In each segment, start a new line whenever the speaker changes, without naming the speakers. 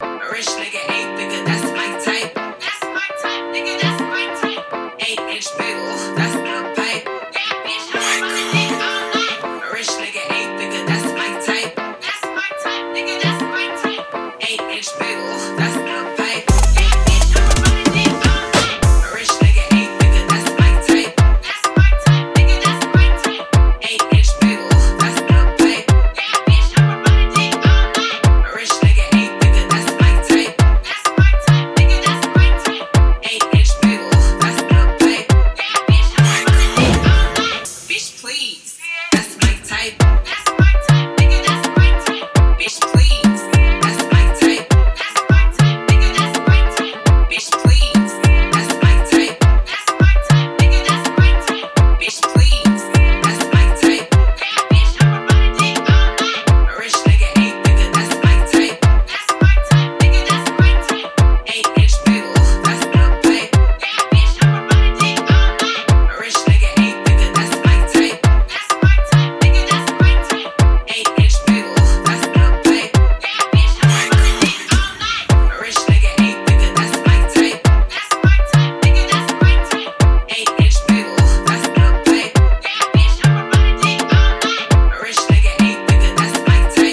a rich nigga, eight figure, that's my type. That's my type, nigga, that's my type. Eight inch bagel, that's my pipe. That bitch, I'm on the dick all night. A rich nigga, eight figure, that's my type. That's my type, nigga, that's my type. Eight inch bagel, that's my pipe. That bitch, I'm on the dick all night. A rich nigga, eight figure, that's my type. That's my type, nigga, that's my type. Eight inch bagel, that's my pipe. That bitch, I'm on the dick all night. A rich nigga ain't nigga, that's my type. That's my type, nigga, that's my type. Eight inch bagel, that's my type. Yeah, bitch, I'm on the dick all night. Bitch, please, that's my type. That's my type, nigga, that's my type. Bitch, please, that's my type. That's my type, nigga, that's my type. Bitch, please, that's my type. That's my type, nigga, that's my type. Bitch, please, that's my type. Yeah, bitch, I'm on the dick all night. A rich nigga ain't nigga, that's my type. That's my type, nigga, that's my type. Eight inch bagel, that's my pipe. Yeah, bitch, I'm on the dick all night. A rich nigga ain't nigga, that's my type. That's my type, nigga, that's my type. Eight inch bagel, that's my pipe. Yeah, bitch, I'm on the dick all night. A rich nigga ain't nigga, that's my type. That's my type, nigga, that's my type. Eight inch bagel, that's my pipe. Yeah, bitch, I'm on the dick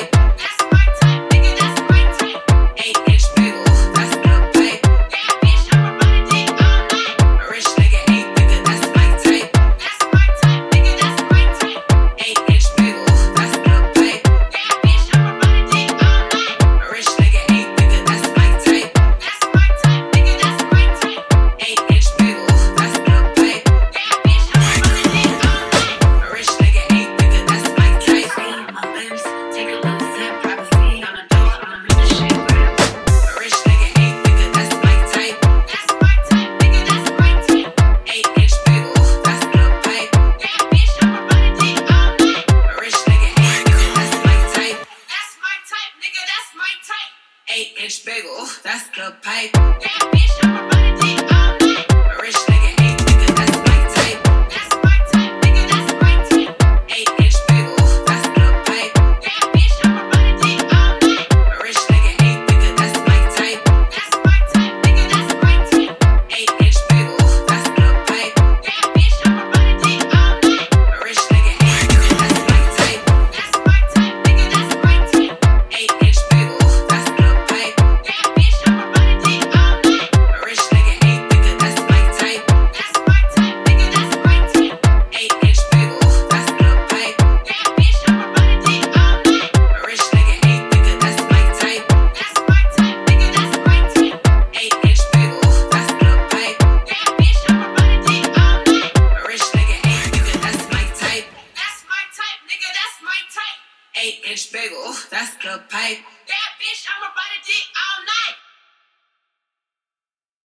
all night. A rich nigga ain't nigga, that's my type. That's my type, nigga, that's my type. Eight inch bagel, that's my type. Yeah, bitch, I'm on the dick all night. A rich nigga ain't nigga, that's my type. That's my type, nigga, that's my type. Eight inch bagel, that's my type. Yeah, bitch, I'm on the dick all night. A rich nigga ain't nigga, that's my type. That's my type, nigga, that's my type. Eight inch bagel, that's my type. Yeah, bitch, I'm on the dick all night. A rich nigga ain't nigga, that's my type. A rich nigga ain't nigga, that's my type. That's my type, nigga, that's my type. Eight inch bagel, that's my pipe. Yeah, bitch, I'm on the dick all night. A rich nigga ain't nigga, that's my type. That's my type, nigga, that's my type. Eight inch bagel, that's the pipe. Yeah, bitch, I'm on the dick all night. A rich nigga ain't nigga, that's my type. That's my type, nigga, that's my type. Eight inch bagel, that's the pipe. Yeah, bitch, I'm on the dick all night. A rich nigga ain't nigga, that's my type. That's my type, nigga, that's my type. Eight inch bagel, that's the pipe. Yeah, bitch, I'm on the dick all night. A rich nigga ain't nigga, that's my type. That's my type, nigga, that's my type. Eight inch bagel, that's the pipe. Yeah, bitch, I'm on the dick all night. A rich nigga ain't nigga, that's my type. That's my type, nigga, that's my type. Eight inch bagel, that's the pipe. Yeah, bitch, I'm on the dick all night. A rich nigga ain't nigga, that's my type. That's my type, nigga, that's my type. Eight inch bagel, that's the pipe. Yeah, bitch, I'm on the dick all night. A rich nigga ain't nigga, that's my type. That's my type, nigga, that's my type. Eight inch bagel, that's the pipe. Yeah, bitch, I'm on the dick all night.